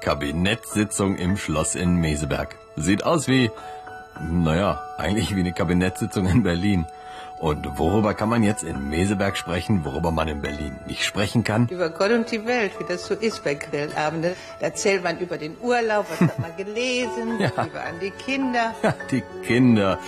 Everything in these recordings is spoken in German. Kabinettssitzung im Schloss in Meseberg. Sieht aus wie, naja, eigentlich wie eine Kabinettssitzung in Berlin. Und worüber kann man jetzt in Meseberg sprechen, worüber man in Berlin nicht sprechen kann? Über Gott und die Welt, wie das so ist bei Grillabenden. Da erzählt man über den Urlaub, was hat man gelesen, Ja. über an die Kinder. Die Kinder.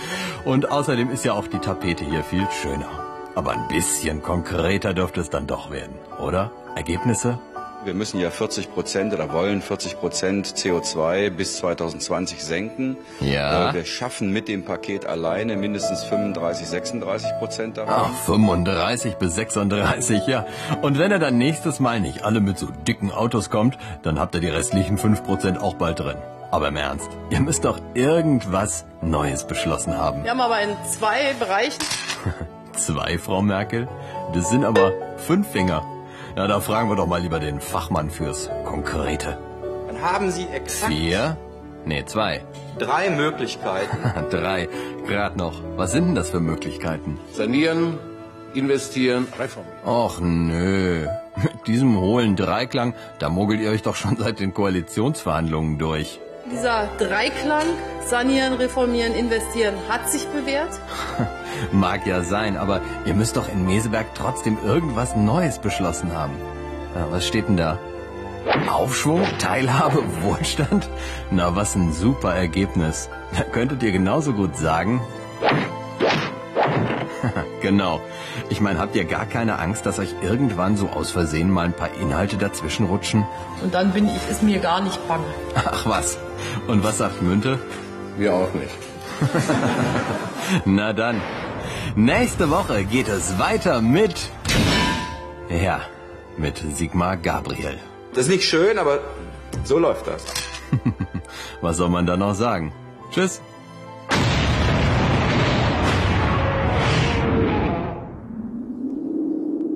Und außerdem ist ja auch die Tapete hier viel schöner. Aber ein bisschen konkreter dürfte es dann doch werden, oder? Ergebnisse? Wir müssen ja 40 Prozent oder wollen 40 Prozent CO2 bis 2020 senken. Ja. Äh, Wir schaffen mit dem Paket alleine mindestens 35, 36 Prozent davon. Ach, 35 Ah, bis 36, ja. Und wenn er dann nächstes Mal nicht alle mit so dicken Autos kommt, dann habt ihr die restlichen 5% auch bald drin. Aber im Ernst, ihr müsst doch irgendwas Neues beschlossen haben. Wir haben aber in zwei Bereichen Zwei, Frau Merkel? Das sind aber fünf Finger. Na, da fragen wir doch mal lieber den Fachmann fürs Konkrete. Dann haben Sie exakt Vier? Nee, zwei. drei Möglichkeiten. Drei. Grad noch. Was sind denn das für Möglichkeiten? Sanieren, investieren, reformieren. Och nö. Mit diesem hohlen Dreiklang, da mogelt ihr euch doch schon seit den Koalitionsverhandlungen durch. dieser Dreiklang, sanieren, reformieren, investieren, hat sich bewährt. Mag ja sein, aber ihr müsst doch in Meseberg trotzdem irgendwas Neues beschlossen haben. Ja, was steht denn da? Aufschwung, Teilhabe, Wohlstand? Na, was ein super Ergebnis. Da könntet ihr genauso gut sagen. genau. Ich meine, habt ihr gar keine Angst, dass euch irgendwann so aus Versehen mal ein paar Inhalte dazwischen rutschen? Und dann bin ich, ist mir gar nicht bange. Ach was. Und was sagt Münte? Wir auch nicht. Na dann. Nächste Woche geht es weiter mit. Ja, mit Sigmar Gabriel. Das ist nicht schön, aber so läuft das. Was soll man da noch sagen? Tschüss.